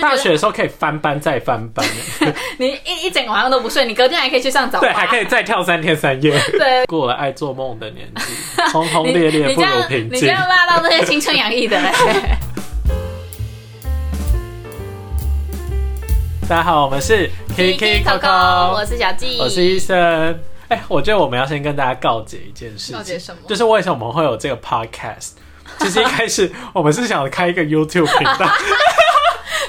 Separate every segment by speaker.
Speaker 1: 大
Speaker 2: 觉得
Speaker 1: 学的时候可以翻班再翻 班，
Speaker 2: 你一一整个晚上都不睡，你隔天还可以去上早
Speaker 1: 对，
Speaker 2: 八，
Speaker 1: 还可以再跳三天三夜。
Speaker 2: 对
Speaker 1: 过了爱做梦的年纪，轰轰烈
Speaker 2: 你
Speaker 1: 烈
Speaker 2: 你
Speaker 1: 不
Speaker 2: 这
Speaker 1: 如
Speaker 2: 样
Speaker 1: 平
Speaker 2: 你这
Speaker 1: 静。
Speaker 2: 样拉到这些青春洋 溢的嘞。
Speaker 1: 大家好，我们 是 Kiki Coco，
Speaker 2: 我是小纪，
Speaker 1: 我是医生。哎、我觉得我们要先跟大家告解一件事情，
Speaker 2: 告解什么
Speaker 1: 就是为什么我们会有这个 podcast。其实一开始我们是想开一个 YouTube 频 道，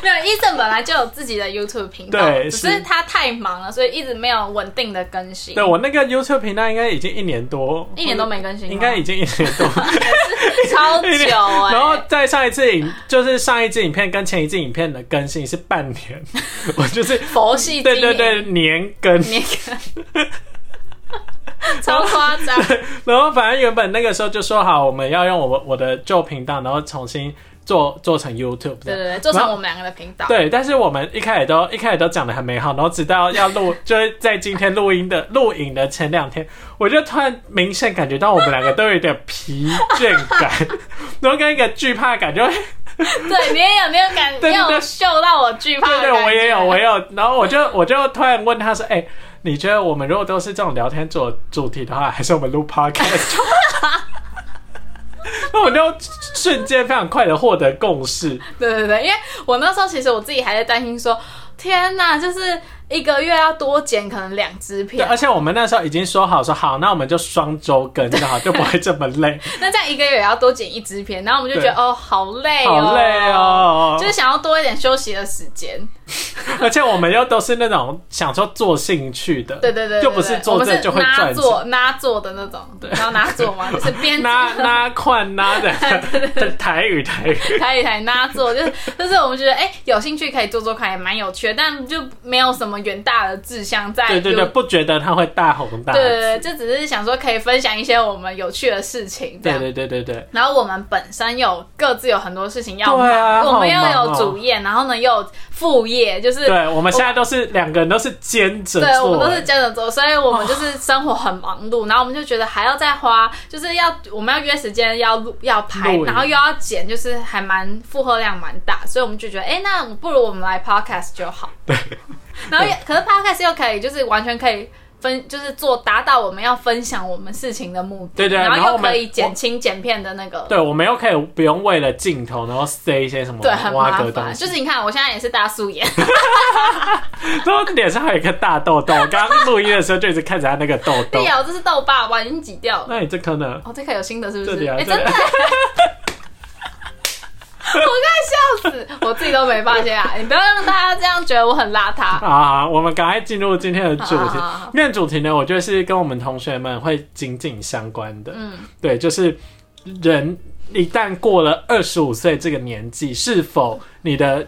Speaker 2: 没有，医生本来就有自己的 YouTube 频道，
Speaker 1: 对
Speaker 2: 只是
Speaker 1: 是
Speaker 2: 他太忙了，所以一直没有稳定的更新。
Speaker 1: 对我那个 YouTube 频道应该已经一年多，
Speaker 2: 一年都没更新吗，
Speaker 1: 应该已经一年多，
Speaker 2: 超久
Speaker 1: 一年
Speaker 2: 哎、
Speaker 1: 然后再上一次影就是上一支影片跟前一支影片的更新是半 年，我就是
Speaker 2: 佛系
Speaker 1: 对
Speaker 2: 经
Speaker 1: 对
Speaker 2: 营
Speaker 1: 对，年更，
Speaker 2: 那个 超夸张，
Speaker 1: 然后反正原本那个时候就说好，我们要用我我的旧频道，然后重新做做成 YouTube 这
Speaker 2: 对
Speaker 1: 样。
Speaker 2: 对对，做成
Speaker 1: 然后
Speaker 2: 我们两个的频道，
Speaker 1: 对，但是我们一开始都一开始都讲的很美好，然后直到要录，就是在今天录音的 录影的前两天，我就突然明显感觉到我们两个都有点疲倦感， 然后跟一个惧怕感，就会
Speaker 2: 对你也有没有感，
Speaker 1: 对对
Speaker 2: 你有
Speaker 1: 对
Speaker 2: 嗅到我惧怕的
Speaker 1: 对
Speaker 2: 感
Speaker 1: 对，
Speaker 2: 觉？
Speaker 1: 我也有，我也有。然后我就 我就突然问他说：“哎、你觉得我们如果都是这种聊天做主题的话，还是我们录 podcast？” 那我就瞬间非常快的获得共识。
Speaker 2: 对对对，因为我那时候其实我自己还在担心说，天哪，就是一个月要多剪可能两支
Speaker 1: 对，
Speaker 2: 片
Speaker 1: 而，且我们那时候已经说好说好，那我们就双周更就好，就不会这么 累，
Speaker 2: 那这样一个月也要多剪一支片，然后我们就觉得
Speaker 1: 对
Speaker 2: 哦，好累哦，
Speaker 1: 好累，哦
Speaker 2: 就。是想要多一点休息的时间。
Speaker 1: 而且我们又都是那种想说做兴趣的，
Speaker 2: 对对对对对
Speaker 1: 就不是
Speaker 2: 我
Speaker 1: 做
Speaker 2: 们
Speaker 1: 这
Speaker 2: 是
Speaker 1: 就会
Speaker 2: 拿
Speaker 1: 赚钱。
Speaker 2: 做拿做的那种，然后拿做嘛，就是 边
Speaker 1: 拉拉宽拉 的台语台语，
Speaker 2: 台语台拿做，就是 就是我们觉得哎、有兴趣可以做做看，也蛮有趣的，但就没有什么远大的志向在。
Speaker 1: 对对对，
Speaker 2: 有
Speaker 1: 不觉得他会大红大紫。
Speaker 2: 对对对，就只是想说可以分享一些我们有趣的事情这样。
Speaker 1: 对对对对对，
Speaker 2: 然后我们本身有各自有很多事情要忙，
Speaker 1: 对啊
Speaker 2: 我们又
Speaker 1: 好忙
Speaker 2: 有
Speaker 1: 哦
Speaker 2: 主业，然后呢又有副业，就是
Speaker 1: 对 我们现在都是两个人都是兼着
Speaker 2: 对，我
Speaker 1: 做，欸
Speaker 2: 们都是接着做，所以我们就是生活很忙碌，然后我们就觉得还要再花，就是要我们要约时间要录要拍，
Speaker 1: 录影
Speaker 2: 然后又要剪，就是还蛮负荷量蛮大，所以我们就觉得，哎、那不如我们来 podcast 就好。对。 然后也可是 podcast 又可以，就是完全可以。分就是做达到我们要分享我们事情的目的，
Speaker 1: 对对
Speaker 2: 然
Speaker 1: 然后
Speaker 2: 后又
Speaker 1: 我们
Speaker 2: 可以减轻剪片的那个，
Speaker 1: 对我们又可以不用为了镜头，然后塞一些什么
Speaker 2: 对，很
Speaker 1: 挖
Speaker 2: 麻
Speaker 1: 格东
Speaker 2: 烦。
Speaker 1: 西
Speaker 2: 就，是你看，我现在也是大 素颜，
Speaker 1: 然后脸上还有一颗大痘痘。我刚刚录音的时候就一直看着他那个 痘痘
Speaker 2: 对。哎呀，我这是痘疤，我已经挤掉了。
Speaker 1: 那你这颗呢？
Speaker 2: 哦，这个有新的是不
Speaker 1: 这
Speaker 2: 是？
Speaker 1: 里
Speaker 2: 哎、
Speaker 1: 啊，
Speaker 2: 真
Speaker 1: 这
Speaker 2: 的
Speaker 1: 里
Speaker 2: 欸
Speaker 1: 啊，
Speaker 2: 我快笑死，我自己都没发现啊！你不要让大家这样觉得我很邋遢。
Speaker 1: 啊！我们赶快进入今天的主
Speaker 2: 好
Speaker 1: 题
Speaker 2: 好好好。
Speaker 1: 今天的主题呢，我觉得是跟我们同学们会紧紧相关的。
Speaker 2: 嗯，
Speaker 1: 对，就是人一旦过了二十五岁这个年纪，是否你的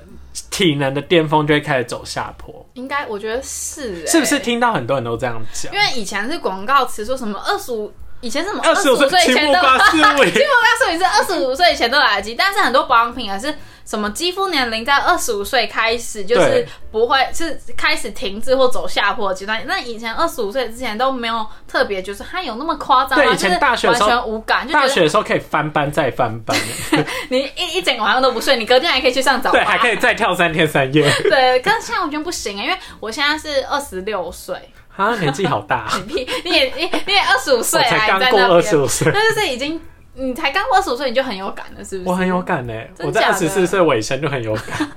Speaker 1: 体能的巅峰就会开始走下坡？
Speaker 2: 应该我觉得是、欸，
Speaker 1: 是不是？听到很多人都这样讲
Speaker 2: 因？为以前是广告词，说什么二十五，以前什么
Speaker 1: 二十五岁
Speaker 2: 25岁以
Speaker 1: 起
Speaker 2: 前
Speaker 1: 步
Speaker 2: 都，
Speaker 1: 八四五，
Speaker 2: 因为我告诉你是二十五啊岁以前都来得及，但是很多保养品啊还是什么肌肤年龄在二十五岁开始就是
Speaker 1: 对
Speaker 2: 不会是开始停滞或走下坡的阶段。那以前二十五岁之前都没有特别，就是它有那么夸张吗？
Speaker 1: 对以前
Speaker 2: 就是
Speaker 1: 大学的
Speaker 2: 完
Speaker 1: 时候
Speaker 2: 全无感，就 觉
Speaker 1: 大
Speaker 2: 得
Speaker 1: 学的时候可以翻班再翻 班，
Speaker 2: 你一一整个晚上都不睡，你隔天还可以去上早
Speaker 1: 对，
Speaker 2: 班，
Speaker 1: 还可以再跳三天三夜。
Speaker 2: 对，可是现在完全不行啊，因为我现在是二十六岁，
Speaker 1: 啊，年纪好 大，
Speaker 2: 你屁，你也你你也二十五岁
Speaker 1: 我
Speaker 2: 啊，
Speaker 1: 才
Speaker 2: 你
Speaker 1: 刚
Speaker 2: 在
Speaker 1: 过
Speaker 2: 那
Speaker 1: 二十
Speaker 2: 边，
Speaker 1: 五 岁，
Speaker 2: 那就是已经你才刚过二十五岁，你就很有感了，是不是？
Speaker 1: 我很有，感呢、欸
Speaker 2: 真
Speaker 1: 我在
Speaker 2: 假
Speaker 1: 二
Speaker 2: 的
Speaker 1: 十四岁尾声就很有感。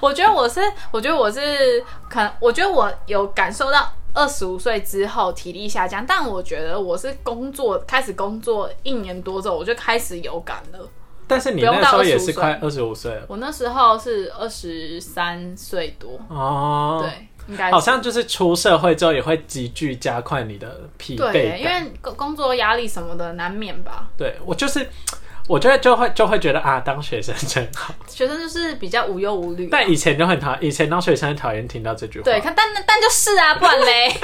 Speaker 2: 我觉得我是，我觉得我是，可能我觉得我有感受到。二十五岁之后体力下降，但我觉得我是工作开始工作一年多之后，我就开始有感了。
Speaker 1: 但是你
Speaker 2: 不用
Speaker 1: 那时
Speaker 2: 到
Speaker 1: 候也
Speaker 2: 25
Speaker 1: 是
Speaker 2: 岁
Speaker 1: 快二十五岁了
Speaker 2: 我那时候是二十三岁多，
Speaker 1: 哦，
Speaker 2: 对，应该是
Speaker 1: 好像就是出社会之后也会急剧加快你的疲惫
Speaker 2: 对，
Speaker 1: 感。
Speaker 2: 因为工工作压力什么的难免吧。
Speaker 1: 对我就是，我觉得就会就会觉得啊，当学生真好。
Speaker 2: 学生就是比较无忧无虑、啊
Speaker 1: 但哦以前就很讨，以前当学生很讨厌听到这句话。
Speaker 2: 对，，看但但就是啊，不然 嘞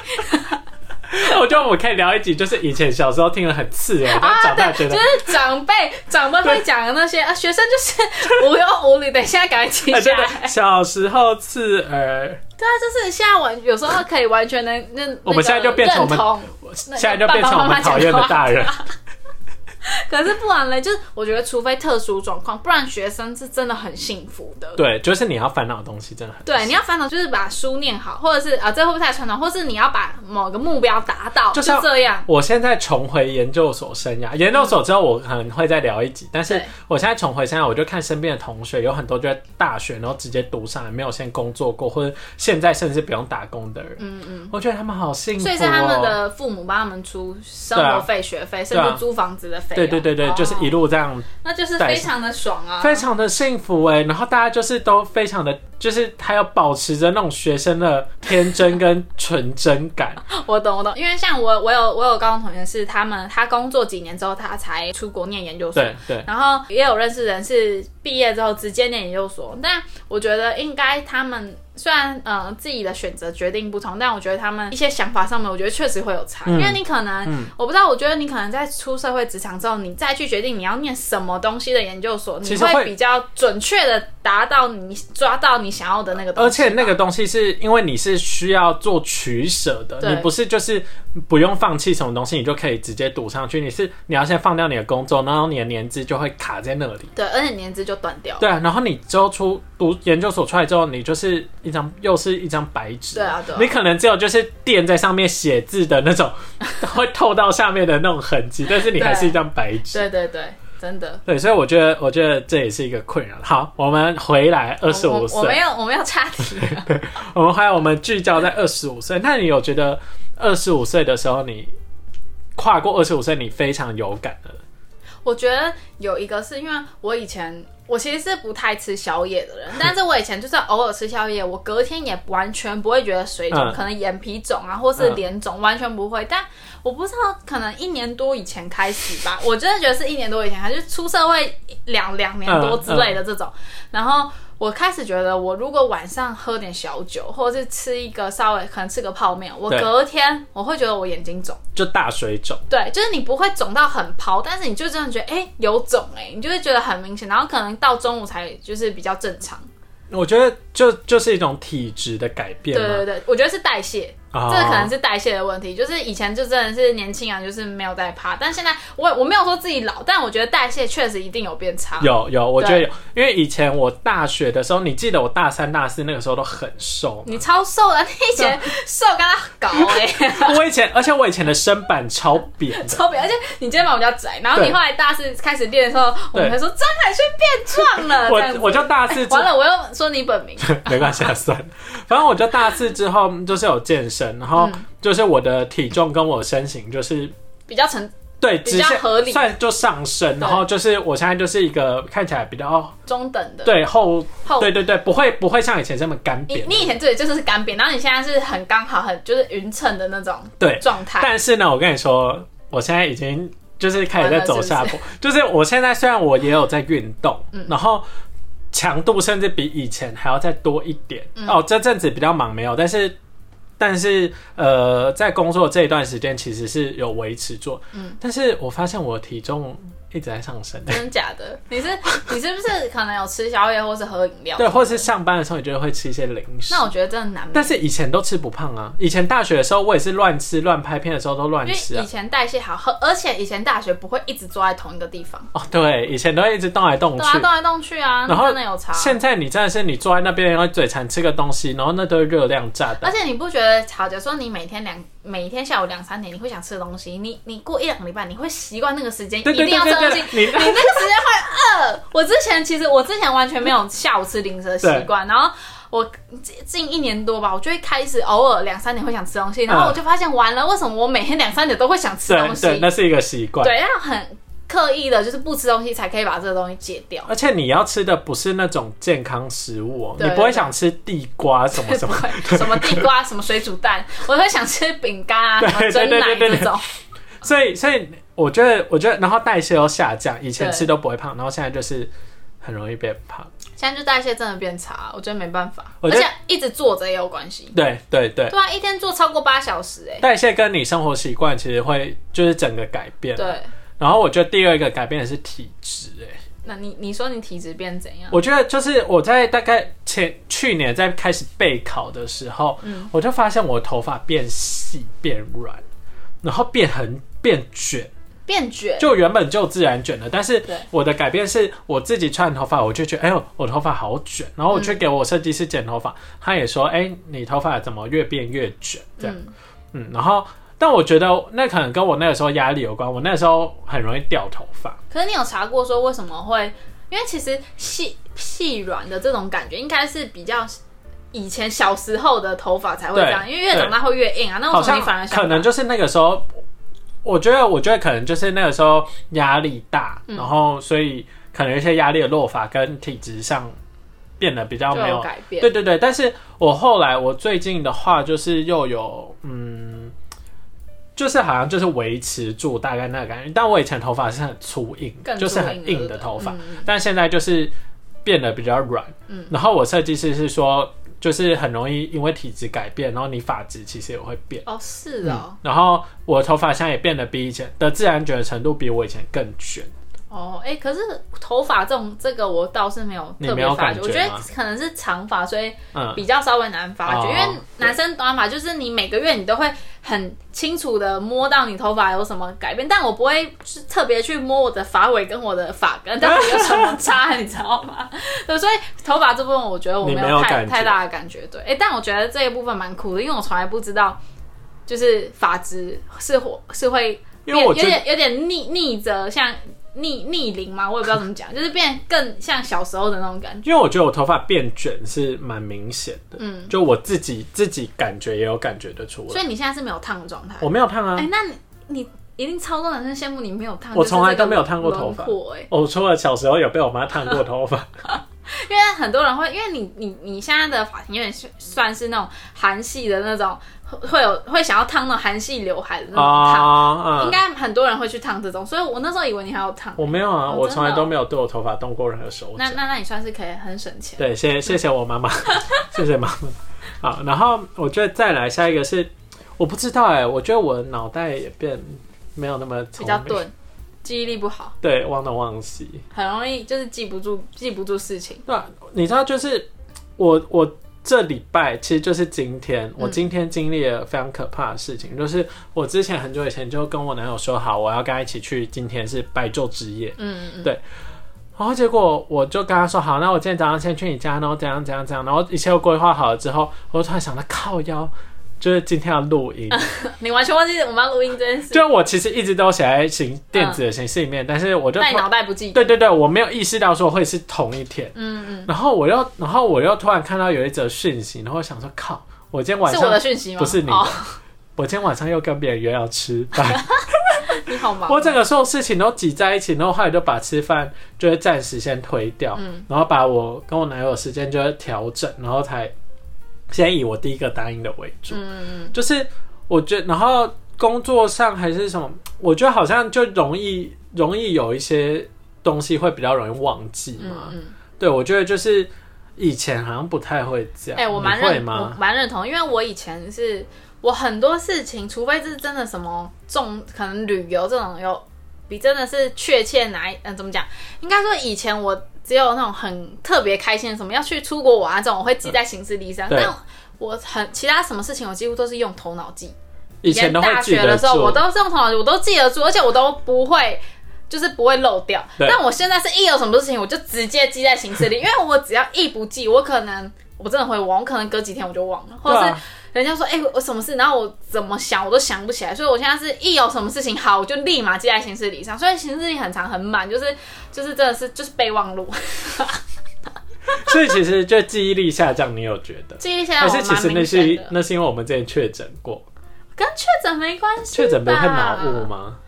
Speaker 1: 我觉得我们可以聊一集，就是以前小时候听了很刺耳，但
Speaker 2: 啊，
Speaker 1: 长大觉
Speaker 2: 对，
Speaker 1: 得
Speaker 2: 就。是长辈长辈会讲的那些啊，学生就是无忧无虑。等一下，赶快记
Speaker 1: 哎
Speaker 2: 下
Speaker 1: 真
Speaker 2: 来。
Speaker 1: 的，小时候刺耳，
Speaker 2: 对啊，就是现在完有时候可以完全能认，
Speaker 1: 我们现在就变成我们
Speaker 2: 认同
Speaker 1: 现在就变成我
Speaker 2: 爸爸妈妈
Speaker 1: 们讨厌的大人。
Speaker 2: 可是不然嘞，就是我觉得除非特殊状况，不然学生是真的很幸福的。
Speaker 1: 对，就是你要烦恼的东西真的很
Speaker 2: 对，你要烦恼就是把书念好，或者是啊，这会不会太传统？或是你要把某个目标达到，
Speaker 1: 就
Speaker 2: 就
Speaker 1: 像
Speaker 2: 这样。
Speaker 1: 我现在重回研究所生涯，研究所之后我可能会再聊一集，但是
Speaker 2: 对
Speaker 1: 我现在重回生涯，我就看身边的同学，有很多就在大学然后直接读上来，没有先工作过，或者现在甚至不用打工的人，
Speaker 2: 嗯嗯。
Speaker 1: 我觉得他们好幸福、哦。
Speaker 2: 所以是他们的父母帮他们出生活费、学费，甚
Speaker 1: 对啊
Speaker 2: 至租房子的费用。
Speaker 1: 对对对对，
Speaker 2: 哦
Speaker 1: 就是一路这样，
Speaker 2: 那就是非常的爽啊，
Speaker 1: 非常的幸福哎、然后大家就是都非常的，就是还有保持着那种学生的天真跟纯真 感，
Speaker 2: 我懂我懂，因为像我我有我有高中同学是他们，他工作几年之后他才出国念研究所，
Speaker 1: 对对。
Speaker 2: 然后也有认识人是毕业之后直接念研究所，但我觉得应该他们虽然呃自己的选择决定不同，但我觉得他们一些想法上面，我觉得确实会有差，
Speaker 1: 嗯
Speaker 2: 因为你可能、
Speaker 1: 嗯
Speaker 2: 我不知道，我觉得你可能在出社会职场之后，你再去决定你要念什么东西的研究所，
Speaker 1: 其
Speaker 2: 你
Speaker 1: 实会
Speaker 2: 会比较准确的达到你抓到你想要的那个东
Speaker 1: 而
Speaker 2: 西吧，
Speaker 1: 且那个东西是因为你是需要做取舍的，
Speaker 2: 对
Speaker 1: 你不是就是不用放弃什么东西，你就可以直接赌上去。你是你要先放掉你的工作，然后你的年资就会卡在那里。
Speaker 2: 对，而且年资就断掉了。
Speaker 1: 对啊，然后你之后出读研究所出来之后，你就是一张又是一张白纸。
Speaker 2: 对啊对啊
Speaker 1: 你可能只有就是垫在上面写字的那种， 会透到下面的那种痕迹，但是你还是一张白纸。
Speaker 2: 对对对，真的。
Speaker 1: 对，所以我觉得，我觉得这也是一个困扰。好，我们回来二十
Speaker 2: 我
Speaker 1: 五
Speaker 2: 我
Speaker 1: 岁，
Speaker 2: 我没有我没有插题了，
Speaker 1: 我们还有我们聚焦在二十五岁，那你有觉得二十五岁的时候你跨过二十五岁你非常有感的？
Speaker 2: 我觉得有一个是因为我以前我其实是不太吃宵 夜的人，但是我以前就是偶尔吃宵夜，我隔天也完全不会觉得水肿，
Speaker 1: 嗯
Speaker 2: 可能眼皮肿啊，或是
Speaker 1: 嗯
Speaker 2: 脸肿，完全不会。但我不知道，可能一年多以前开始吧， 我真的觉得是一年多以前，还是出社会两两年多之类的这种，然后。我开始觉得，我如果晚上喝点小酒，或者是吃一个稍微可能吃个泡面，我
Speaker 1: 对
Speaker 2: 隔天我会觉得我眼睛肿。
Speaker 1: 就大水肿，
Speaker 2: 对，就是你不会肿到很泡，但是你就真的觉得哎、诶有肿哎、诶你就会觉得很明显，然后可能到中午才就是比较正常。
Speaker 1: 我觉得就就是一种体质的改变
Speaker 2: 对
Speaker 1: 嘛。
Speaker 2: 对对，我觉得是代谢，
Speaker 1: 啊
Speaker 2: 这个可能是代谢的问题。就是以前就真的是年轻啊，就是没有在怕，但现在我我没有说自己老，但我觉得代谢确实一定有变差。
Speaker 1: 有有，我觉得
Speaker 2: 对
Speaker 1: 有，因为以前我大学的时候，你记得我大三、大四那个时候都很瘦吗，
Speaker 2: 你超瘦的，你 以前瘦跟他搞哎、欸
Speaker 1: 我以前，而且我以前的身板超扁的，
Speaker 2: 超扁，而且你肩膀比较窄，然后你
Speaker 1: 对
Speaker 2: 后来大四开始练的时候，我
Speaker 1: 对
Speaker 2: 们还说张海轩变壮了，啊这
Speaker 1: 我
Speaker 2: 样子哎
Speaker 1: 我就大四之
Speaker 2: 完了，我又说你本名，
Speaker 1: 没关系，啊，算了。反正我就大四之后就是有健身，然后
Speaker 2: 嗯
Speaker 1: 就是我的体重跟我身形就是
Speaker 2: 比较成
Speaker 1: 对
Speaker 2: 比
Speaker 1: 直
Speaker 2: 较
Speaker 1: 线
Speaker 2: 合理
Speaker 1: 算就上升，
Speaker 2: 对
Speaker 1: 然后就是我现在就是一个看起来比较
Speaker 2: 中等的。
Speaker 1: 对后
Speaker 2: 后
Speaker 1: 对对对，不会不会像以前这么干
Speaker 2: 你
Speaker 1: 瘪，
Speaker 2: 你以前对就是干扁，然后你现在是很刚好很就是匀称的那种
Speaker 1: 对。
Speaker 2: 状态，
Speaker 1: 但是呢，我跟你说，我现在已经就是开始在走下坡，
Speaker 2: 完
Speaker 1: 就是我现在虽然我也有在运动，
Speaker 2: 嗯
Speaker 1: 然后。强度甚至比以前还要再多一点、
Speaker 2: 嗯
Speaker 1: 哦。这阵子比较忙，没有，但是但是呃，在工作这一段时间其实是有维持住。
Speaker 2: 嗯
Speaker 1: 但是我发现我体重一直在上升，
Speaker 2: 真的假的？你是 你是不是可能有吃宵夜或是喝饮料？
Speaker 1: 对，或是上班的时候，你就会吃一些零食。
Speaker 2: 那我觉得真的难
Speaker 1: 但
Speaker 2: 免，
Speaker 1: 是以前都吃不胖啊，以前大学的时候我也是乱吃乱拍片的时候都乱
Speaker 2: 因
Speaker 1: 吃
Speaker 2: 为
Speaker 1: 啊
Speaker 2: 以。前代谢好，喝而且以前大学不会一直坐在同一个地方，
Speaker 1: 哦，对，以前都会一直动来动去。
Speaker 2: 对啊，动来动去啊，
Speaker 1: 然后
Speaker 2: 真的有差。
Speaker 1: 现在你真的是你坐在那边，然后嘴馋吃个东西，然后那都是热量炸
Speaker 2: 而
Speaker 1: 弹。
Speaker 2: 且你不觉得，好，假如说你每天两每天下午两三点，你会想吃的东西，你你过一两个礼拜，你会习惯那个时间，一
Speaker 1: 对对
Speaker 2: 定
Speaker 1: 对
Speaker 2: 要
Speaker 1: 对
Speaker 2: 吃 东西
Speaker 1: 对，，你
Speaker 2: 你那个时间会饿。我之前其实我之前完全没有下午吃零食的习惯，然后我近近一年多吧，我就会开始偶尔两三点会想吃
Speaker 1: 嗯
Speaker 2: 东西，然后我就发现完了，为什么我每天两三点都会想吃东
Speaker 1: 对
Speaker 2: 西？
Speaker 1: 对，那是一个习惯。
Speaker 2: 对，要很刻意的，就是不吃东西才可以把这个东西戒掉。
Speaker 1: 而且你要吃的不是那种健康食物哦，
Speaker 2: 对
Speaker 1: 你不会想吃地瓜什么
Speaker 2: 对
Speaker 1: 什
Speaker 2: 不
Speaker 1: 么。
Speaker 2: 会什么地瓜、什么水煮蛋，我会想吃饼干啊、
Speaker 1: 对
Speaker 2: 什么蒸
Speaker 1: 对
Speaker 2: 奶
Speaker 1: 对对
Speaker 2: 这
Speaker 1: 对
Speaker 2: 种。
Speaker 1: 所以，所以我觉得，我觉得，然后代谢又下降，以前
Speaker 2: 对
Speaker 1: 吃都不会胖，然后现在就是很容易变胖。
Speaker 2: 现在就代谢真的变差，我觉得没办法，
Speaker 1: 我
Speaker 2: 而
Speaker 1: 觉得
Speaker 2: 且一直坐着也有关系。
Speaker 1: 对对对，
Speaker 2: 对啊，一天坐超过八小时、欸，
Speaker 1: 代谢跟你生活习惯其实会就是整个改变。
Speaker 2: 对。
Speaker 1: 然后我觉得第二个改变的是体质、哎。
Speaker 2: 那你你说你体质变怎样？
Speaker 1: 我觉得就是我在大概前去年在开始备考的时候，
Speaker 2: 嗯
Speaker 1: 我就发现我头发变细变软，然后变很变卷，
Speaker 2: 变卷，
Speaker 1: 就原本就自然卷的，但是
Speaker 2: 对
Speaker 1: 我的改变是我自己穿头发，我就觉得哎呦，我头发好卷。然后我去给我设计师剪头发，他也说哎，你头发怎么越变越卷这样？
Speaker 2: 嗯，
Speaker 1: 嗯，然后但我觉得那可能跟我那个时候压力有关，我那时候很容易掉头发。
Speaker 2: 可是你有查过说为什么会？因为其实细细软的这种感觉，应该是比较以前小时候的头发才会
Speaker 1: 对
Speaker 2: 这样，因为越长大会越硬啊。那为什么你反而想
Speaker 1: 可能就是那个时候，我觉得，我觉得可能就是那个时候压力大，
Speaker 2: 嗯
Speaker 1: 然后所以可能有一些压力的落法跟体质上变得比较
Speaker 2: 就
Speaker 1: 没
Speaker 2: 有
Speaker 1: 有。
Speaker 2: 改变？
Speaker 1: 对对对，但是我后来我最近的话就是又有嗯，就是好像就是维持住大概那个感觉，但我以前头发是很粗硬，
Speaker 2: 更
Speaker 1: 就是
Speaker 2: 注
Speaker 1: 很硬的头发，
Speaker 2: 嗯嗯
Speaker 1: 但现在就是变得比较软。
Speaker 2: 嗯
Speaker 1: 然后我设计师是说，就是很容易因为体质改变，然后你发质其实也会变。
Speaker 2: 哦，是哦，
Speaker 1: 然后我的头发现在也变得比以前的自然卷的程度比我以前更卷，
Speaker 2: 哦，哎、可是头发这种这个我倒是没有
Speaker 1: 你
Speaker 2: 特
Speaker 1: 没
Speaker 2: 别
Speaker 1: 有
Speaker 2: 发
Speaker 1: 感
Speaker 2: 觉，
Speaker 1: 觉
Speaker 2: 我觉得
Speaker 1: 吗
Speaker 2: 可能是长发，所以
Speaker 1: 嗯，
Speaker 2: 比较稍微难发觉，
Speaker 1: 哦
Speaker 2: 因为男生短发就是你每个月你都会很清楚的摸到你头发有什么改变，但我不会是特别去摸我的发尾跟我的发根到 底有什么差，你知道吗？ 对，所以头发这部分我觉得我没
Speaker 1: 你没有
Speaker 2: 太
Speaker 1: 感觉
Speaker 2: 太大的感觉，对，哎、但我觉得这一部分蛮酷的，因为我从来不知道就是发质是会是会
Speaker 1: 因为我
Speaker 2: 有
Speaker 1: 觉得
Speaker 2: 点有点逆逆着像。逆逆龄嘛，我也不知道怎么讲，就是变更像小时候的那种感觉。
Speaker 1: 因为我觉得我头发变卷是蛮明显的，
Speaker 2: 嗯，
Speaker 1: 就我自己自己感觉也有感觉得出
Speaker 2: 所
Speaker 1: 来。
Speaker 2: 以你现在是没有烫的状态。
Speaker 1: 我没有烫啊，
Speaker 2: 哎、那你你一定超多男生羡慕你没有烫，
Speaker 1: 我
Speaker 2: 就是
Speaker 1: 从来
Speaker 2: 这个
Speaker 1: 都没有烫过头发
Speaker 2: 轮廓哎，
Speaker 1: 我除了小时候有被我妈烫过头发，
Speaker 2: 因为很多人会，因为你你你现在的发型有点是算是那种韩系的那种，会会有会想要烫那种韩系刘海的那种嗯烫，
Speaker 1: 啊，嗯，
Speaker 2: 应该很多人会去烫这种，所以我那时候以为你还有烫。
Speaker 1: 我没有啊，
Speaker 2: 哦
Speaker 1: 我
Speaker 2: 真的
Speaker 1: 从来
Speaker 2: 哦
Speaker 1: 都没有对我头发动过任何手
Speaker 2: 那
Speaker 1: 指。
Speaker 2: 那那你算是可以很省钱，
Speaker 1: 对，谢谢谢我妈 妈，谢谢妈妈。好，然后我觉得再来下一个是，我不知道哎、我觉得我脑袋也变没有那么
Speaker 2: 比
Speaker 1: 聪
Speaker 2: 较
Speaker 1: 明，
Speaker 2: 钝，记忆力不好，
Speaker 1: 对，忘东忘西。
Speaker 2: 很容易就是记不住记不住事情。
Speaker 1: 对啊、你知道，就是我我这礼拜其实就是今天，我
Speaker 2: 嗯
Speaker 1: 今天经历了非常可怕的事情，就是我之前很久以前就跟我男友说好，我要跟他一起去，今天是白昼之夜，
Speaker 2: 嗯嗯嗯，
Speaker 1: 然后结果我就跟他说好，那我今天早上先去你家，然后怎样怎样怎样，然后一切都规划好了之后，我就突然想到靠腰。就是今天要录
Speaker 2: 啊
Speaker 1: 音，
Speaker 2: 你完全忘记我们要录音这件事，
Speaker 1: 嗯就是我其实一直都写在形电子的形式里面，但是我就
Speaker 2: 但你脑袋不记得。
Speaker 1: 对对对，我没有意识到说会是同一天，
Speaker 2: 嗯
Speaker 1: 然后我又，然后我又突然看到有一则讯息，然后我想说，靠，我今天
Speaker 2: 嗯，
Speaker 1: 晚
Speaker 2: 是我的
Speaker 1: 上，
Speaker 2: 讯息吗？
Speaker 1: 不是你的
Speaker 2: 哦，
Speaker 1: 我今天晚上又跟别人约要吃饭，
Speaker 2: 你 好忙。
Speaker 1: 我整个所有事情都挤在一起，然后后来就把吃饭就是暂时先推掉，
Speaker 2: 嗯
Speaker 1: 然后把我跟我男友的时间就是调整，然后才先以我第一个答应的为主，
Speaker 2: 嗯嗯。
Speaker 1: 就是我觉得，然后工作上还是什么，我觉得好像就容易容易有一些东西会比较容易忘记嘛，
Speaker 2: 嗯嗯，
Speaker 1: 对，我觉得就是以前好像不太会这样。
Speaker 2: 哎、我蛮
Speaker 1: 你会
Speaker 2: 认，我
Speaker 1: 吗？
Speaker 2: 蛮认同，因为我以前是我很多事情，除非是真的什么重，可能旅游这种有，比真的是确切哪一，嗯、怎么讲？应该说以前我只有那种很特别开心的，什么要去出国玩啊这种，我会记在行事历上，
Speaker 1: 对
Speaker 2: 但我很其他什么事情，我几乎都是用头脑记。
Speaker 1: 以前都会
Speaker 2: 大
Speaker 1: 记
Speaker 2: 学
Speaker 1: 得
Speaker 2: 的时候，
Speaker 1: 住
Speaker 2: 我都是用头脑，我都记得住，而且我都不会。就是不会漏掉，
Speaker 1: 对
Speaker 2: 但我现在是一有什么事情，我就直接记在行事历，因为我只要一不记，我可能我真的会忘，我可能隔几天我就忘了，或
Speaker 1: 对
Speaker 2: 者是
Speaker 1: 啊
Speaker 2: 人家说哎、我什么事，然后我怎么想我都想不起来，所以我现在是一有什么事情好，我就立马记在行事历上，所以行事历很长很满，就是就是真的是就是备忘录，
Speaker 1: 所以其实就记忆力下降，你有觉 得？
Speaker 2: 记忆现在
Speaker 1: 还
Speaker 2: 啊我
Speaker 1: 是其
Speaker 2: 蛮
Speaker 1: 实那
Speaker 2: 明显
Speaker 1: 是
Speaker 2: 的，
Speaker 1: 那是因为我们之前确诊过，
Speaker 2: 跟确诊没关系吧，
Speaker 1: 确诊不会脑
Speaker 2: 啊
Speaker 1: 雾吗？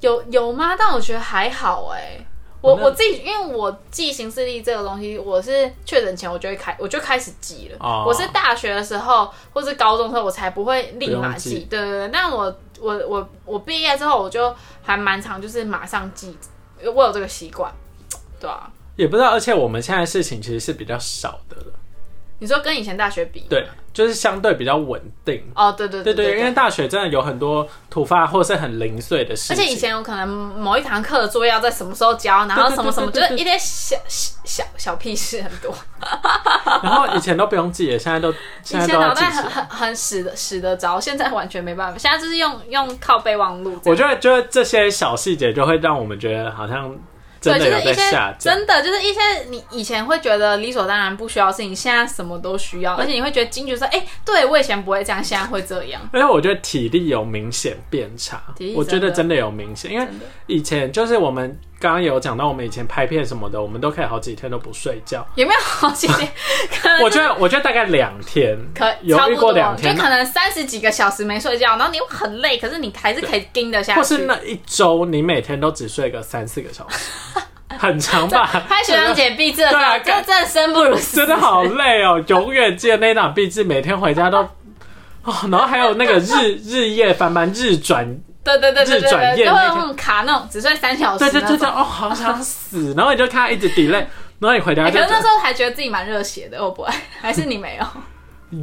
Speaker 2: 有有吗？但我觉得还好哎、我
Speaker 1: 哦那
Speaker 2: 我自己，因为我记行事历这个东西，我是确诊前我就会开，我就开始记了。
Speaker 1: 哦
Speaker 2: 我是大学的时候或是高中的时候，我才不会立
Speaker 1: 不
Speaker 2: 马
Speaker 1: 用记
Speaker 2: 记。对对对，但我我我我毕业之后，我就还蛮常就是马上记，我有这个习惯。对啊，
Speaker 1: 也不知道，而且我们现在事情其实是比较少的了。
Speaker 2: 你说跟以前大学比，
Speaker 1: 对，就是相对比较稳定。
Speaker 2: 哦，对对
Speaker 1: 对
Speaker 2: 对
Speaker 1: 对，因为大学真的有很多突发或是很零碎的事
Speaker 2: 而
Speaker 1: 情，
Speaker 2: 且以 前有可能某一堂课的作业要在什么时候交，然后什么 什么，就
Speaker 1: 对对
Speaker 2: 是
Speaker 1: 对对对
Speaker 2: 一些小小小小屁事很多。
Speaker 1: 然后以前都不用记了，现 在都现
Speaker 2: 以
Speaker 1: 在
Speaker 2: 前
Speaker 1: 都要
Speaker 2: 脑
Speaker 1: 记
Speaker 2: 袋
Speaker 1: 起
Speaker 2: 很
Speaker 1: 来。
Speaker 2: 很很使得使得着，现在完全没办法。现在就是用用靠备忘录这
Speaker 1: 我
Speaker 2: 样，
Speaker 1: 觉得，觉得这些小细节就会让我们觉得好像真
Speaker 2: 对，
Speaker 1: 的
Speaker 2: 就
Speaker 1: 有
Speaker 2: 是
Speaker 1: 在下
Speaker 2: 一些
Speaker 1: 降。
Speaker 2: 真的就是一些你以前会觉得理所当然不需要的事情，现在什么都需要，而且你会觉得惊觉说，哎、对我以前不会这样，现在会这样。
Speaker 1: 而且我觉得体力有明显变差
Speaker 2: 体力，
Speaker 1: 我觉得
Speaker 2: 真
Speaker 1: 真的有明显，因为
Speaker 2: 真的
Speaker 1: 以前就是我们刚刚有讲到，我们以前拍片什么的，我们都可以好几天都不睡觉。
Speaker 2: 有没有好几 天？可能
Speaker 1: 我觉得，我觉得大概两天，
Speaker 2: 可
Speaker 1: 有
Speaker 2: 差
Speaker 1: 遇
Speaker 2: 不
Speaker 1: 过
Speaker 2: 多，
Speaker 1: 两天
Speaker 2: 就可能三十几个小时没睡觉，然后你又很累，可是你还是可以盯得下去。
Speaker 1: 或是那一周你每天都只睡个三四个小时， 很长吧？
Speaker 2: 拍学长姐毕制的时
Speaker 1: 对啊
Speaker 2: 候，真的真的生不如死，
Speaker 1: 真的好累哦，永远记得那一档壁纸，每天回家都。哦，然后还有那个 日日夜翻班，日转，
Speaker 2: 对对对对
Speaker 1: 日转夜
Speaker 2: 对对，就
Speaker 1: 那
Speaker 2: 会
Speaker 1: 天
Speaker 2: 有那种卡那种只睡三小时
Speaker 1: 对
Speaker 2: 那种。
Speaker 1: 对对对，哦，好想死。然后你就看他一直 delay，然后你回家
Speaker 2: 哎。
Speaker 1: 就
Speaker 2: 可是那时候还觉得自己蛮热血的，会哦不会？ 还是你没有？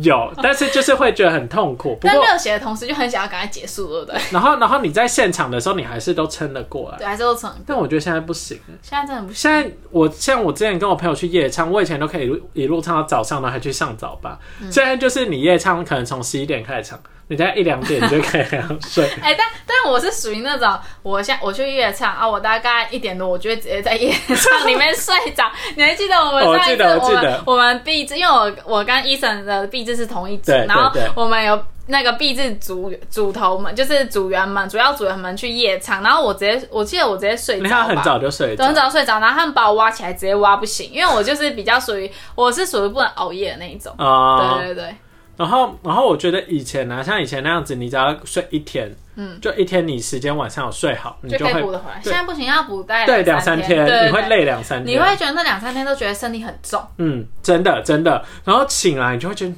Speaker 1: 有，但是就是会觉得很痛苦。不
Speaker 2: 但
Speaker 1: 过，
Speaker 2: 热血的同时就很想要赶快结束，对不对？
Speaker 1: 然后然后你在现场的时候，你还是都撑得过来。
Speaker 2: 对，还是都成。
Speaker 1: 但我觉得现在不行，
Speaker 2: 现在真的不行。
Speaker 1: 现在我像我之前跟我朋友去夜唱，我以前都可以一路一路唱到早上，然后还去上早班。
Speaker 2: 嗯
Speaker 1: 现在就是你夜唱，可能从十一点开始唱，你大概一两点就可以 睡。
Speaker 2: 哎、但但我是属于那种，我现我去夜唱啊，我大概一点多，我就会直接在夜唱里面睡着。你还记得我们
Speaker 1: 我
Speaker 2: 上
Speaker 1: 记
Speaker 2: 一次
Speaker 1: 得哦我
Speaker 2: 我
Speaker 1: 记
Speaker 2: 们
Speaker 1: 得
Speaker 2: 我们毕制，因为我我跟医生的毕制是同一组，
Speaker 1: 对对
Speaker 2: 然后
Speaker 1: 对
Speaker 2: 我们有那个毕制组组头们，就是组员们，主要组员们去夜唱，然后我直接我记得我直接睡
Speaker 1: 你
Speaker 2: 着
Speaker 1: 看
Speaker 2: 吧，
Speaker 1: 他很早就睡
Speaker 2: 对
Speaker 1: 着
Speaker 2: 很，早睡着，然后他们把我挖起来，直接挖不醒，因为我就是比较属于我是属于不能熬夜的那一种。
Speaker 1: 啊、
Speaker 2: 对对对，
Speaker 1: 然后，然后我觉得以前呢、像以前那样子，你只要睡一天，嗯，就一天你时间晚上有睡好，你
Speaker 2: 就
Speaker 1: 就
Speaker 2: 可以
Speaker 1: 会
Speaker 2: 补得回来。
Speaker 1: 对
Speaker 2: 现在不行，要补带
Speaker 1: 对两
Speaker 2: 两
Speaker 1: 三
Speaker 2: 天，对
Speaker 1: 你会
Speaker 2: 对
Speaker 1: 累两三天，
Speaker 2: 你会觉得那两三天都觉得身体很重，
Speaker 1: 嗯，真的真的，然后醒来你就会觉得，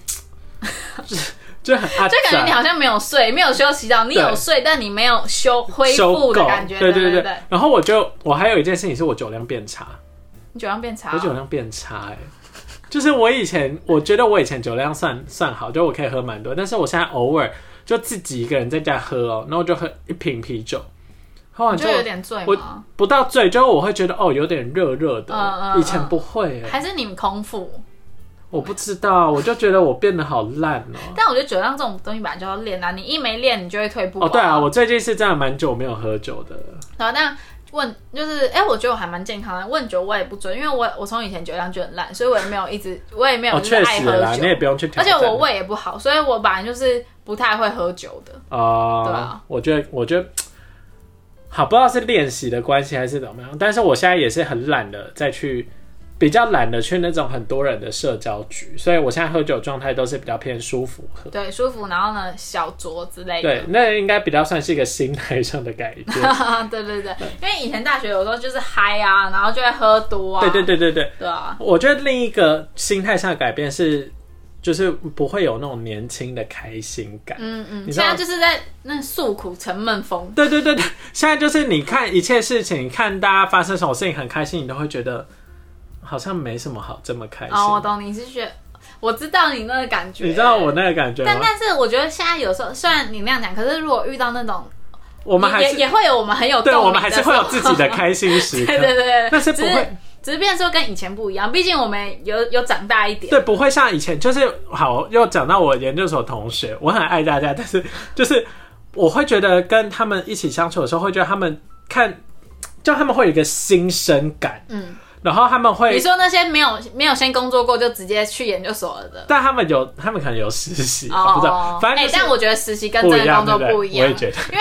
Speaker 1: 就就很阿
Speaker 2: 就
Speaker 1: 杂
Speaker 2: 感觉你好像没有睡，没有休息到，你
Speaker 1: 对
Speaker 2: 有睡，但你没有休恢
Speaker 1: 收
Speaker 2: 复的
Speaker 1: 狗
Speaker 2: 感觉，
Speaker 1: 对
Speaker 2: 对
Speaker 1: 对
Speaker 2: 对。
Speaker 1: 然后我就我还有一件事情是我酒量变差，
Speaker 2: 你酒量变差
Speaker 1: 我
Speaker 2: 哦，
Speaker 1: 酒量变差哎、就是我以前我觉得我以前酒量算算好，就我可以喝蛮多，但是我现在偶尔就自己一个人在家喝哦、然后我就喝一瓶啤酒，喝完
Speaker 2: 你
Speaker 1: 之
Speaker 2: 就
Speaker 1: 后
Speaker 2: 有点醉吗？
Speaker 1: 不到醉，就是我会觉得哦有点热热的，
Speaker 2: 嗯嗯
Speaker 1: 以前不会、欸，
Speaker 2: 还是你空腹？
Speaker 1: 我不知道，我就觉得我变得好烂哦、
Speaker 2: 但我觉得酒量这种东西本来就要练啊，你一没练，你就会退步。
Speaker 1: 哦，对啊，，我最近是真的蛮久没有喝酒的，哦
Speaker 2: 然后但问就是，哎、我觉得我还蛮健康的。问酒我也不准，因为我我从以前酒量就很烂，所以我也没有一直，我也没有
Speaker 1: 哦，
Speaker 2: 就是
Speaker 1: 确
Speaker 2: 爱
Speaker 1: 实
Speaker 2: 喝
Speaker 1: 啦，
Speaker 2: 酒
Speaker 1: 你，也不用去挑
Speaker 2: 而且
Speaker 1: 战。
Speaker 2: 我胃也不好，所以我本来就是不太会喝酒的。
Speaker 1: 哦，
Speaker 2: 对啊
Speaker 1: 我觉得，我觉得，好，不知道是练习的关系还是怎么样，但是我现在也是很懒得再去，比较懒得去那种很多人的社交局，所以我现在喝酒状态都是比较偏舒服喝。
Speaker 2: 对，舒服，然后呢，小酌之类的。
Speaker 1: 对，那应该比较算是一个心态上的改变。
Speaker 2: 对对对，因为以前大学有时候就是嗨啊，然后就会喝多啊。
Speaker 1: 对对对对对，
Speaker 2: 对啊，
Speaker 1: 我觉得另一个心态上的改变是，就是不会有那种年轻的开心感。
Speaker 2: 嗯嗯，
Speaker 1: 你知
Speaker 2: 现
Speaker 1: 道
Speaker 2: 在就是在那诉苦沉闷风。
Speaker 1: 对对对对，现在就是你看一切事情，看大家发生什么事情很开心，你都会觉得好像没什么好这么开心。
Speaker 2: 哦，我懂，你是觉得我知道你那个感觉，
Speaker 1: 你知道我那个感觉
Speaker 2: 但
Speaker 1: 吗？
Speaker 2: 但是我觉得现在有时候，虽然你那样讲，可是如果遇到那种，
Speaker 1: 我
Speaker 2: 我
Speaker 1: 们还
Speaker 2: 也
Speaker 1: 是
Speaker 2: 也会有我们很有
Speaker 1: 对，
Speaker 2: 动
Speaker 1: 我
Speaker 2: 力
Speaker 1: 们还
Speaker 2: 的
Speaker 1: 是会有
Speaker 2: 时候
Speaker 1: 自己的开心时刻
Speaker 2: 对。对对对，
Speaker 1: 但是不
Speaker 2: 只
Speaker 1: 会，
Speaker 2: 只是变成说跟以前不一样，毕竟我们有有长大一点。
Speaker 1: 对，不会像以前，就是好又讲到我研究所同学，我很爱大家，但是就是我会觉得跟他们一起相处的时候，会觉得他们看，就他们会有一个新生感，
Speaker 2: 嗯，
Speaker 1: 然后他们
Speaker 2: 你
Speaker 1: 会，
Speaker 2: 说那些没有没有先工作过就直接去研究所了的，
Speaker 1: 但他们有，他们可能有实习，
Speaker 2: 哦，
Speaker 1: 不知道，反正
Speaker 2: 哎
Speaker 1: 就是
Speaker 2: 但我觉得实习跟
Speaker 1: 不
Speaker 2: 真
Speaker 1: 一
Speaker 2: 的
Speaker 1: 样，
Speaker 2: 工
Speaker 1: 对
Speaker 2: 作
Speaker 1: 不对？
Speaker 2: 不一样
Speaker 1: 我也，觉得，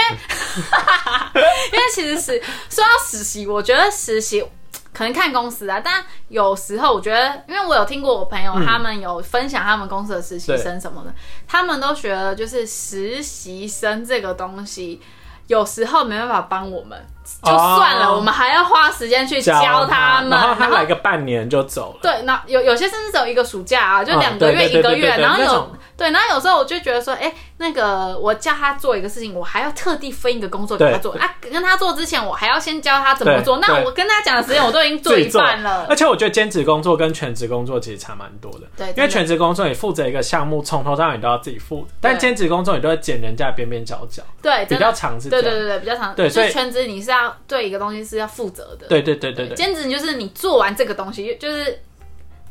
Speaker 2: 因为其实是说到实习，我觉得实习可能看公司啊，但有时候我觉得，因为我有听过我朋友、
Speaker 1: 嗯
Speaker 2: 他们有分享他们公司的实习生什么的，他们都觉得就是实习生这个东西。有时候没办法帮我们，就算了
Speaker 1: 哦
Speaker 2: 我们还要花时间去教他们，
Speaker 1: 然后他
Speaker 2: 然后
Speaker 1: 来个半年就走了。
Speaker 2: 对，那有有些甚至只有一个暑假啊，就
Speaker 1: 啊
Speaker 2: 两个
Speaker 1: 对对
Speaker 2: 月、
Speaker 1: 对
Speaker 2: 一个
Speaker 1: 对对
Speaker 2: 月，
Speaker 1: 对
Speaker 2: 然后
Speaker 1: 那
Speaker 2: 有
Speaker 1: 种
Speaker 2: 对，然后有时候我就觉得说，哎、那个我叫他做一个事情，我还要特地分一个工作给他做啊。跟他做之前，我还要先教他怎么做。
Speaker 1: 对
Speaker 2: 那
Speaker 1: 对
Speaker 2: 我跟他讲的时间，我都已经做
Speaker 1: 自
Speaker 2: 一
Speaker 1: 己做
Speaker 2: 半了
Speaker 1: 而。且我觉得兼职工作跟全职工作其实差蛮多的。
Speaker 2: 对
Speaker 1: 因为
Speaker 2: 真的
Speaker 1: 全职工作你负责一个项目，从头到尾你都要自己负，但
Speaker 2: 对
Speaker 1: 兼职工作你都会捡人家的边边角角，
Speaker 2: 对，
Speaker 1: 哎比
Speaker 2: 真
Speaker 1: 较
Speaker 2: 的，
Speaker 1: 长是这
Speaker 2: 对
Speaker 1: 样。
Speaker 2: 对对对，比较长。
Speaker 1: 对
Speaker 2: 就
Speaker 1: 所以
Speaker 2: 是全职你是要对一个东西是要负责的。
Speaker 1: 对对对对对
Speaker 2: 兼职就是你做完这个东西，就是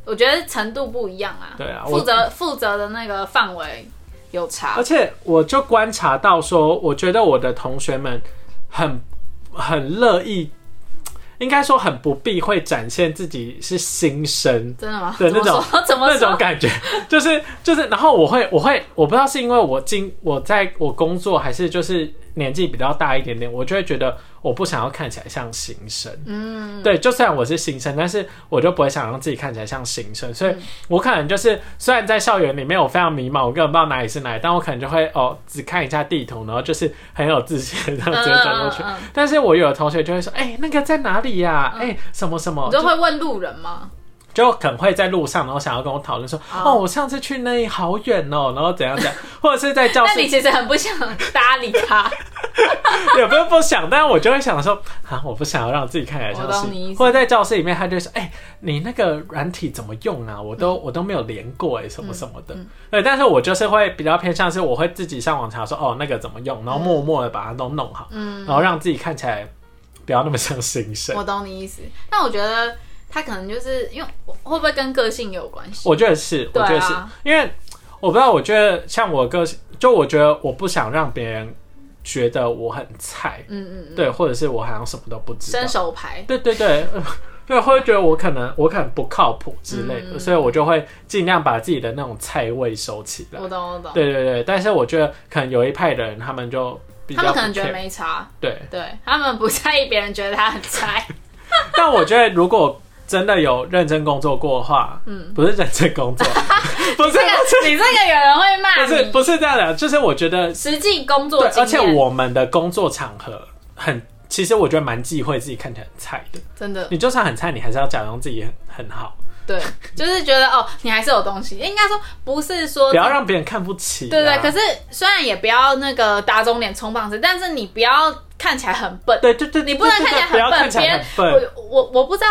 Speaker 2: 我觉得程度不一样啊。
Speaker 1: 对啊我
Speaker 2: 负责负责的那个范围有差
Speaker 1: 而。且我就观察到说，我觉得我的同学们很很乐意，应该说很不避讳展现自己是新生。
Speaker 2: 真的吗？
Speaker 1: 对
Speaker 2: 怎么
Speaker 1: 那种
Speaker 2: 说 怎 么
Speaker 1: 那
Speaker 2: 说
Speaker 1: 种感觉，就是就是，然后我会我会我不知道是因为我今我在我工作还是就是年纪比较大一点点，我就会觉得我不想要看起来像新生，嗯，对，就算我是新生，但是我就不会想让自己看起来像新生，所以
Speaker 2: 嗯
Speaker 1: 我可能就是虽然在校园里面我非常迷茫，我根本不知道哪里是哪里，但我可能就会哦只看一下地图，然后就是很有自信的这样直接走过去
Speaker 2: 嗯嗯嗯嗯。
Speaker 1: 但是我有的同学就会说，哎、那个在哪里呀、哎、什么什么，
Speaker 2: 你哦就会问路人吗？
Speaker 1: 就可能会在路上，然后想要跟我讨论说，
Speaker 2: 哦
Speaker 1: 哦，我上次去那里好远哦，然后怎样怎样， 或者是在教
Speaker 2: 那
Speaker 1: 室
Speaker 2: 你其实很不想搭理他，
Speaker 1: 也不是不想，但是我就会想说， 啊，我不想要让自己看起来像
Speaker 2: 我懂你意
Speaker 1: 是，
Speaker 2: 思
Speaker 1: 或者在教室里面，他就会说，哎、你那个软体怎么用啊？我
Speaker 2: 嗯
Speaker 1: 都、我都没有连过哎、什么什么的，对，但是我就是会比较偏向是，我会自己上网查说，哦，那个怎么用，然后默默的把它都弄好，
Speaker 2: 嗯，
Speaker 1: 然后让自己看起来不要那么像新生
Speaker 2: 我，懂你意思。但我觉得他可能就是因为我会不会跟个性有关系？
Speaker 1: 我觉得是，我
Speaker 2: 对啊
Speaker 1: 觉得是、因为我不知道，我觉得像我个性，就我觉得我不想让别人觉得我很菜，
Speaker 2: 嗯嗯嗯，
Speaker 1: 对，或者是我好像什么都不知道
Speaker 2: 伸，手牌，
Speaker 1: 对对对。 呃对，会觉得我可能我可能不靠谱之类的，
Speaker 2: 嗯
Speaker 1: 所以我就会尽量把自己的那种菜味收起来
Speaker 2: 我。懂我懂。
Speaker 1: 对对对，但是我觉得可能有一派的人，他们就比较
Speaker 2: 他们可能
Speaker 1: 不
Speaker 2: 觉得
Speaker 1: care
Speaker 2: 没差，
Speaker 1: 对，
Speaker 2: 对他们不在意别人觉得他很 菜。
Speaker 1: 但我觉得如果真的有认真工作过的话，嗯，不是认真工 作，不是
Speaker 2: 这个你这个有人会骂
Speaker 1: 不是
Speaker 2: 你，
Speaker 1: 不是这样的，就是我觉得
Speaker 2: 实际工作
Speaker 1: 对，
Speaker 2: 经
Speaker 1: 而
Speaker 2: 验，
Speaker 1: 且我们的工作场合很，其实我觉得蛮忌讳自己看起来很菜的。
Speaker 2: 真的
Speaker 1: 你就算很菜，你还是要假装自己很很好，
Speaker 2: 对，就是觉得哦，你还是有东西。应该说不是说
Speaker 1: 不要让别人看不起、啊。
Speaker 2: 对对，可是虽然也不要那个打肿脸充胖子，但是你不要看起来很笨。
Speaker 1: 对对对，
Speaker 2: 你不能
Speaker 1: 对对
Speaker 2: 看起来
Speaker 1: 对不要
Speaker 2: 很笨，
Speaker 1: 看起
Speaker 2: 别
Speaker 1: 来
Speaker 2: 人
Speaker 1: 很笨。
Speaker 2: 我我我不知道。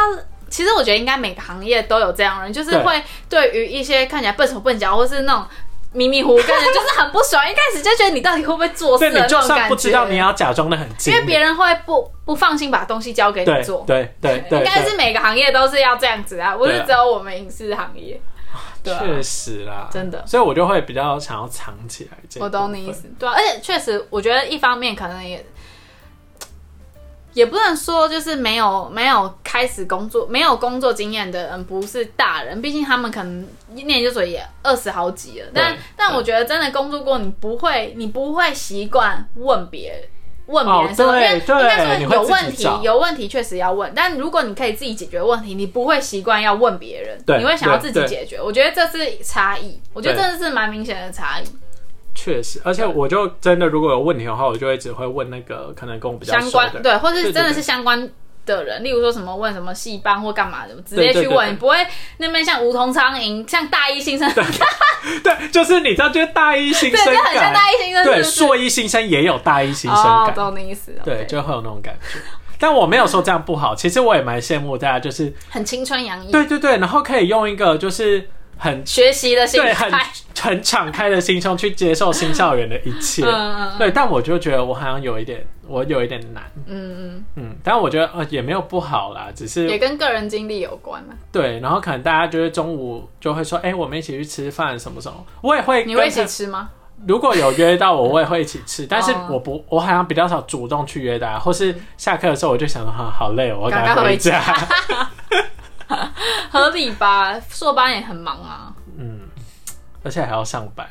Speaker 2: 其实我觉得应该每个行业都有这样的人，就是
Speaker 1: 对
Speaker 2: 会对于一些看起来笨手笨脚，或是那种迷迷糊糊，感觉就是很不爽。一开始就觉得你到底会不会做事
Speaker 1: 对
Speaker 2: 的
Speaker 1: 你
Speaker 2: 那
Speaker 1: 就
Speaker 2: 种
Speaker 1: 算
Speaker 2: 感
Speaker 1: 不知道，你也
Speaker 2: 觉。
Speaker 1: 要假装的很
Speaker 2: 因
Speaker 1: 精明，
Speaker 2: 为别人会不不放心把东西交给
Speaker 1: 对
Speaker 2: 你做，
Speaker 1: 对对对，
Speaker 2: 应该
Speaker 1: 对
Speaker 2: 是每个行业都是要这样子啊，不
Speaker 1: 对
Speaker 2: 是
Speaker 1: 啊
Speaker 2: 只有我们影视行业。对啊
Speaker 1: 确实啦，
Speaker 2: 真的
Speaker 1: 所以我就会比较想要藏起来这一部
Speaker 2: 我
Speaker 1: 分。
Speaker 2: 懂你意思，对、啊，而且确实，我觉得一方面可能也也不能说就是没有没有开始工作、没有工作经验的人不是大人，毕竟他们可能念研究所也二十好几了。但
Speaker 1: 对
Speaker 2: 但我觉得真的工作过，你不会你不会习惯问别人。问别
Speaker 1: 哦
Speaker 2: 人什么？
Speaker 1: 对
Speaker 2: 因为
Speaker 1: 对
Speaker 2: 应该
Speaker 1: 你会
Speaker 2: 说有
Speaker 1: 自己
Speaker 2: 问题
Speaker 1: 找，
Speaker 2: 有问题确实要问。但如果你可以自己解决问题，你不会习惯要问别人，
Speaker 1: 对
Speaker 2: 你会想要
Speaker 1: 对
Speaker 2: 自己
Speaker 1: 对
Speaker 2: 解决。我觉得这是差异，我觉得
Speaker 1: 对
Speaker 2: 这是蛮明显的差异。
Speaker 1: 确实，而且我就真的如果有问题的话，我就会只会问那个可能跟我比较
Speaker 2: 相
Speaker 1: 熟的
Speaker 2: 关
Speaker 1: 人。
Speaker 2: 对，或是
Speaker 1: 对对
Speaker 2: 真的
Speaker 1: 对
Speaker 2: 是相关的人，例如说什么问什么戏班或干嘛的，直
Speaker 1: 对
Speaker 2: 接
Speaker 1: 对
Speaker 2: 去
Speaker 1: 对
Speaker 2: 问，
Speaker 1: 对
Speaker 2: 你不会那边像无头苍蝇，像大一新生，对，
Speaker 1: 对，就是你知道，就是大一新 生
Speaker 2: 就很像
Speaker 1: 感，
Speaker 2: 大一新生，
Speaker 1: 对，
Speaker 2: 是不
Speaker 1: 硕
Speaker 2: 是？
Speaker 1: 一新生也有大一新生
Speaker 2: 哦，
Speaker 1: 感，
Speaker 2: 懂你意思，
Speaker 1: 对，
Speaker 2: OK
Speaker 1: 就会有那种感觉。但我没有说这样不好，其实我也蛮羡慕大家，就是
Speaker 2: 很青春洋溢，
Speaker 1: 对对对，然后可以用一个就是很
Speaker 2: 学习的心
Speaker 1: 对很
Speaker 2: 态，
Speaker 1: 很敞开的心胸去接受新校园的一切。
Speaker 2: 嗯嗯
Speaker 1: 对，但我就觉得我好像有一点，我有一点难，
Speaker 2: 嗯
Speaker 1: 嗯，但我觉得呃也没有不好啦，只
Speaker 2: 嗯，也
Speaker 1: 是
Speaker 2: 跟个人经历有关啊。
Speaker 1: 对，然后可能大家就是中午就会说，哎、我们一起去吃饭什么什么，我也会
Speaker 2: 你
Speaker 1: 跟
Speaker 2: 会一
Speaker 1: 他
Speaker 2: 起 吃吗？
Speaker 1: 如果有约到我，我也会一起吃，但是
Speaker 2: 哦嗯
Speaker 1: 我不，我好像比较少主动去约大家，或是下课的时候我就想说，哈、好累哦，我要赶
Speaker 2: 赶
Speaker 1: 快回
Speaker 2: 快回
Speaker 1: 家。
Speaker 2: 合理吧，硕班也很忙啊。
Speaker 1: 嗯， 而且还要上 班，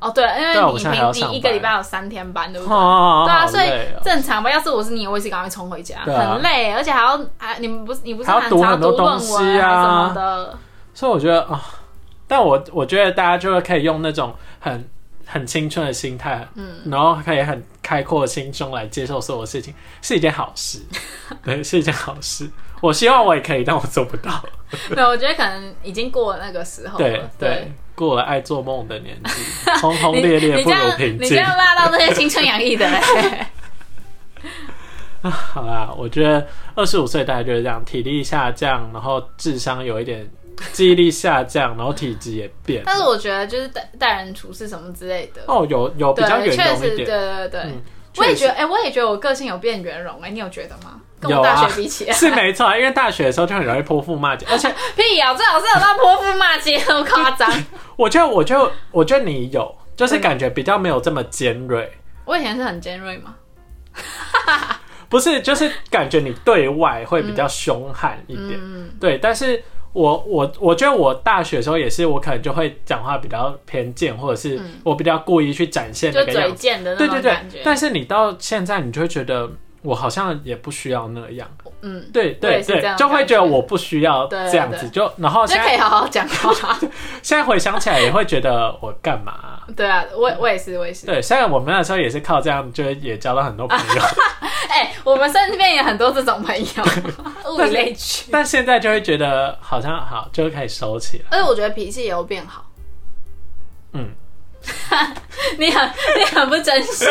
Speaker 2: 哦，对，因
Speaker 1: 对啊我
Speaker 2: 为你
Speaker 1: 现在还要
Speaker 2: 平
Speaker 1: 上
Speaker 2: 你一个
Speaker 1: 班
Speaker 2: 礼拜有三天班，对不对？
Speaker 1: 哦，
Speaker 2: 对啊，
Speaker 1: 好
Speaker 2: 所以
Speaker 1: 累哦
Speaker 2: 正常吧。要是我是你，我也是赶快冲回家，
Speaker 1: 对啊
Speaker 2: 很累，而且还要还你们不是你不是
Speaker 1: 还要
Speaker 2: 很
Speaker 1: 读
Speaker 2: 常
Speaker 1: 很多
Speaker 2: 读
Speaker 1: 东
Speaker 2: 论
Speaker 1: 西
Speaker 2: 文
Speaker 1: 啊
Speaker 2: 什么的，
Speaker 1: 所以我觉得啊、但我我觉得大家就是可以用那种很很青春的心态，嗯，然后可以很开阔的心胸来接受所有 事情，是一件好事，对，是一件好事。我希望我也可以，但我做不到。
Speaker 2: 没有，我觉得可能已经过了那个时候
Speaker 1: 对
Speaker 2: 了。
Speaker 1: 对，过了爱做梦的年纪，轰轰
Speaker 2: 你
Speaker 1: 烈烈
Speaker 2: 你
Speaker 1: 不
Speaker 2: 这
Speaker 1: 如
Speaker 2: 样
Speaker 1: 平
Speaker 2: 你这
Speaker 1: 静。
Speaker 2: 样拉到这些青春洋溢的哎嘞。
Speaker 1: 好啦，我觉得二十五岁大概就是这样，体力下降，然后智商有一点，记忆力下降，然后体质也变。
Speaker 2: 但是我觉得就是待待人处事什么之类的，
Speaker 1: 哦，有有比较
Speaker 2: 对，
Speaker 1: 圆
Speaker 2: 确
Speaker 1: 融
Speaker 2: 实，
Speaker 1: 一
Speaker 2: 对
Speaker 1: 点，
Speaker 2: 对对。
Speaker 1: 嗯
Speaker 2: 我也觉
Speaker 1: 确
Speaker 2: 得，哎、我也觉得我个性有变圆融，哎，你有觉得吗？跟
Speaker 1: 有
Speaker 2: 我
Speaker 1: 啊
Speaker 2: 大学比起来，
Speaker 1: 是没错，啊因为大学的时候就很容易泼妇骂街，而且
Speaker 2: 屁呀、最好是有到泼妇骂街那么夸张。
Speaker 1: 我觉得，我觉得，我觉得你有，就是感觉比较没有这么尖锐，
Speaker 2: 我以前是很尖锐嘛，
Speaker 1: 不是，就是感觉你对外会比较凶悍一点，
Speaker 2: 嗯，
Speaker 1: 对，但是。我我我觉得我大学的时候也是，我可能就会讲话比较偏见，或者是
Speaker 2: 嗯
Speaker 1: 我比较故意去展现
Speaker 2: 就
Speaker 1: 那个样
Speaker 2: 嘴
Speaker 1: 子。
Speaker 2: 贱的那
Speaker 1: 对对
Speaker 2: 种
Speaker 1: 对
Speaker 2: 感觉。，
Speaker 1: 但是你到现在，你就会觉得我好像也不需要那样，
Speaker 2: 嗯，
Speaker 1: 对
Speaker 2: 我
Speaker 1: 对
Speaker 2: 也是这
Speaker 1: 对，
Speaker 2: 样
Speaker 1: 就会觉得
Speaker 2: 感觉
Speaker 1: 我不需要
Speaker 2: 对对
Speaker 1: 这样子，就然后
Speaker 2: 就
Speaker 1: 现
Speaker 2: 可
Speaker 1: 在
Speaker 2: 以好好讲话。
Speaker 1: 现在回想起来也会觉得我干嘛啊、
Speaker 2: 对啊，我我也是，我也是。
Speaker 1: 对，虽然我们那时候也是靠这样，就是也交到很多朋 友，
Speaker 2: 哎、我们身边也很多这种朋友， 物以类聚。
Speaker 1: 但现在就会觉得好像好，就可以收起来。
Speaker 2: 而且我觉得脾气也有变好。
Speaker 1: 嗯，
Speaker 2: 你很你很不真 心。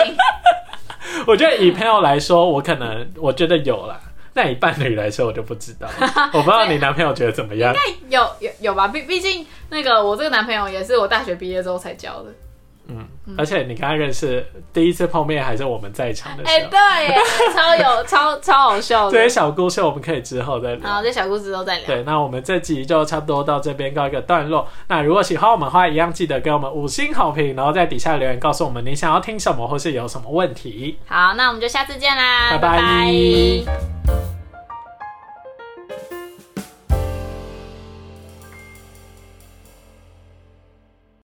Speaker 1: 我觉得以朋友来说，我可能我觉得有啦。那以伴侣来说，我就不知道， 我不知道你男朋友觉得怎么样。
Speaker 2: 有有有吧？毕毕竟那个我这个男朋友也是我大学毕业之后才交的。
Speaker 1: 嗯，而且你刚刚认识第一次碰面，还是我们在场的
Speaker 2: 哎、
Speaker 1: 时候。
Speaker 2: 对耶，超有超超好笑
Speaker 1: 这
Speaker 2: 的
Speaker 1: 些。小故事我们可以之后再聊。
Speaker 2: 然后这小故事都在聊。
Speaker 1: 对，那我们这集就差不多到这边告一个段落。那如果喜欢我们的话，一样记得给我们五星好评，然后在底下留言告诉我们你想要听什么，或是有什么问题。
Speaker 2: 好，那我们就下次见啦，
Speaker 1: 拜拜
Speaker 2: 拜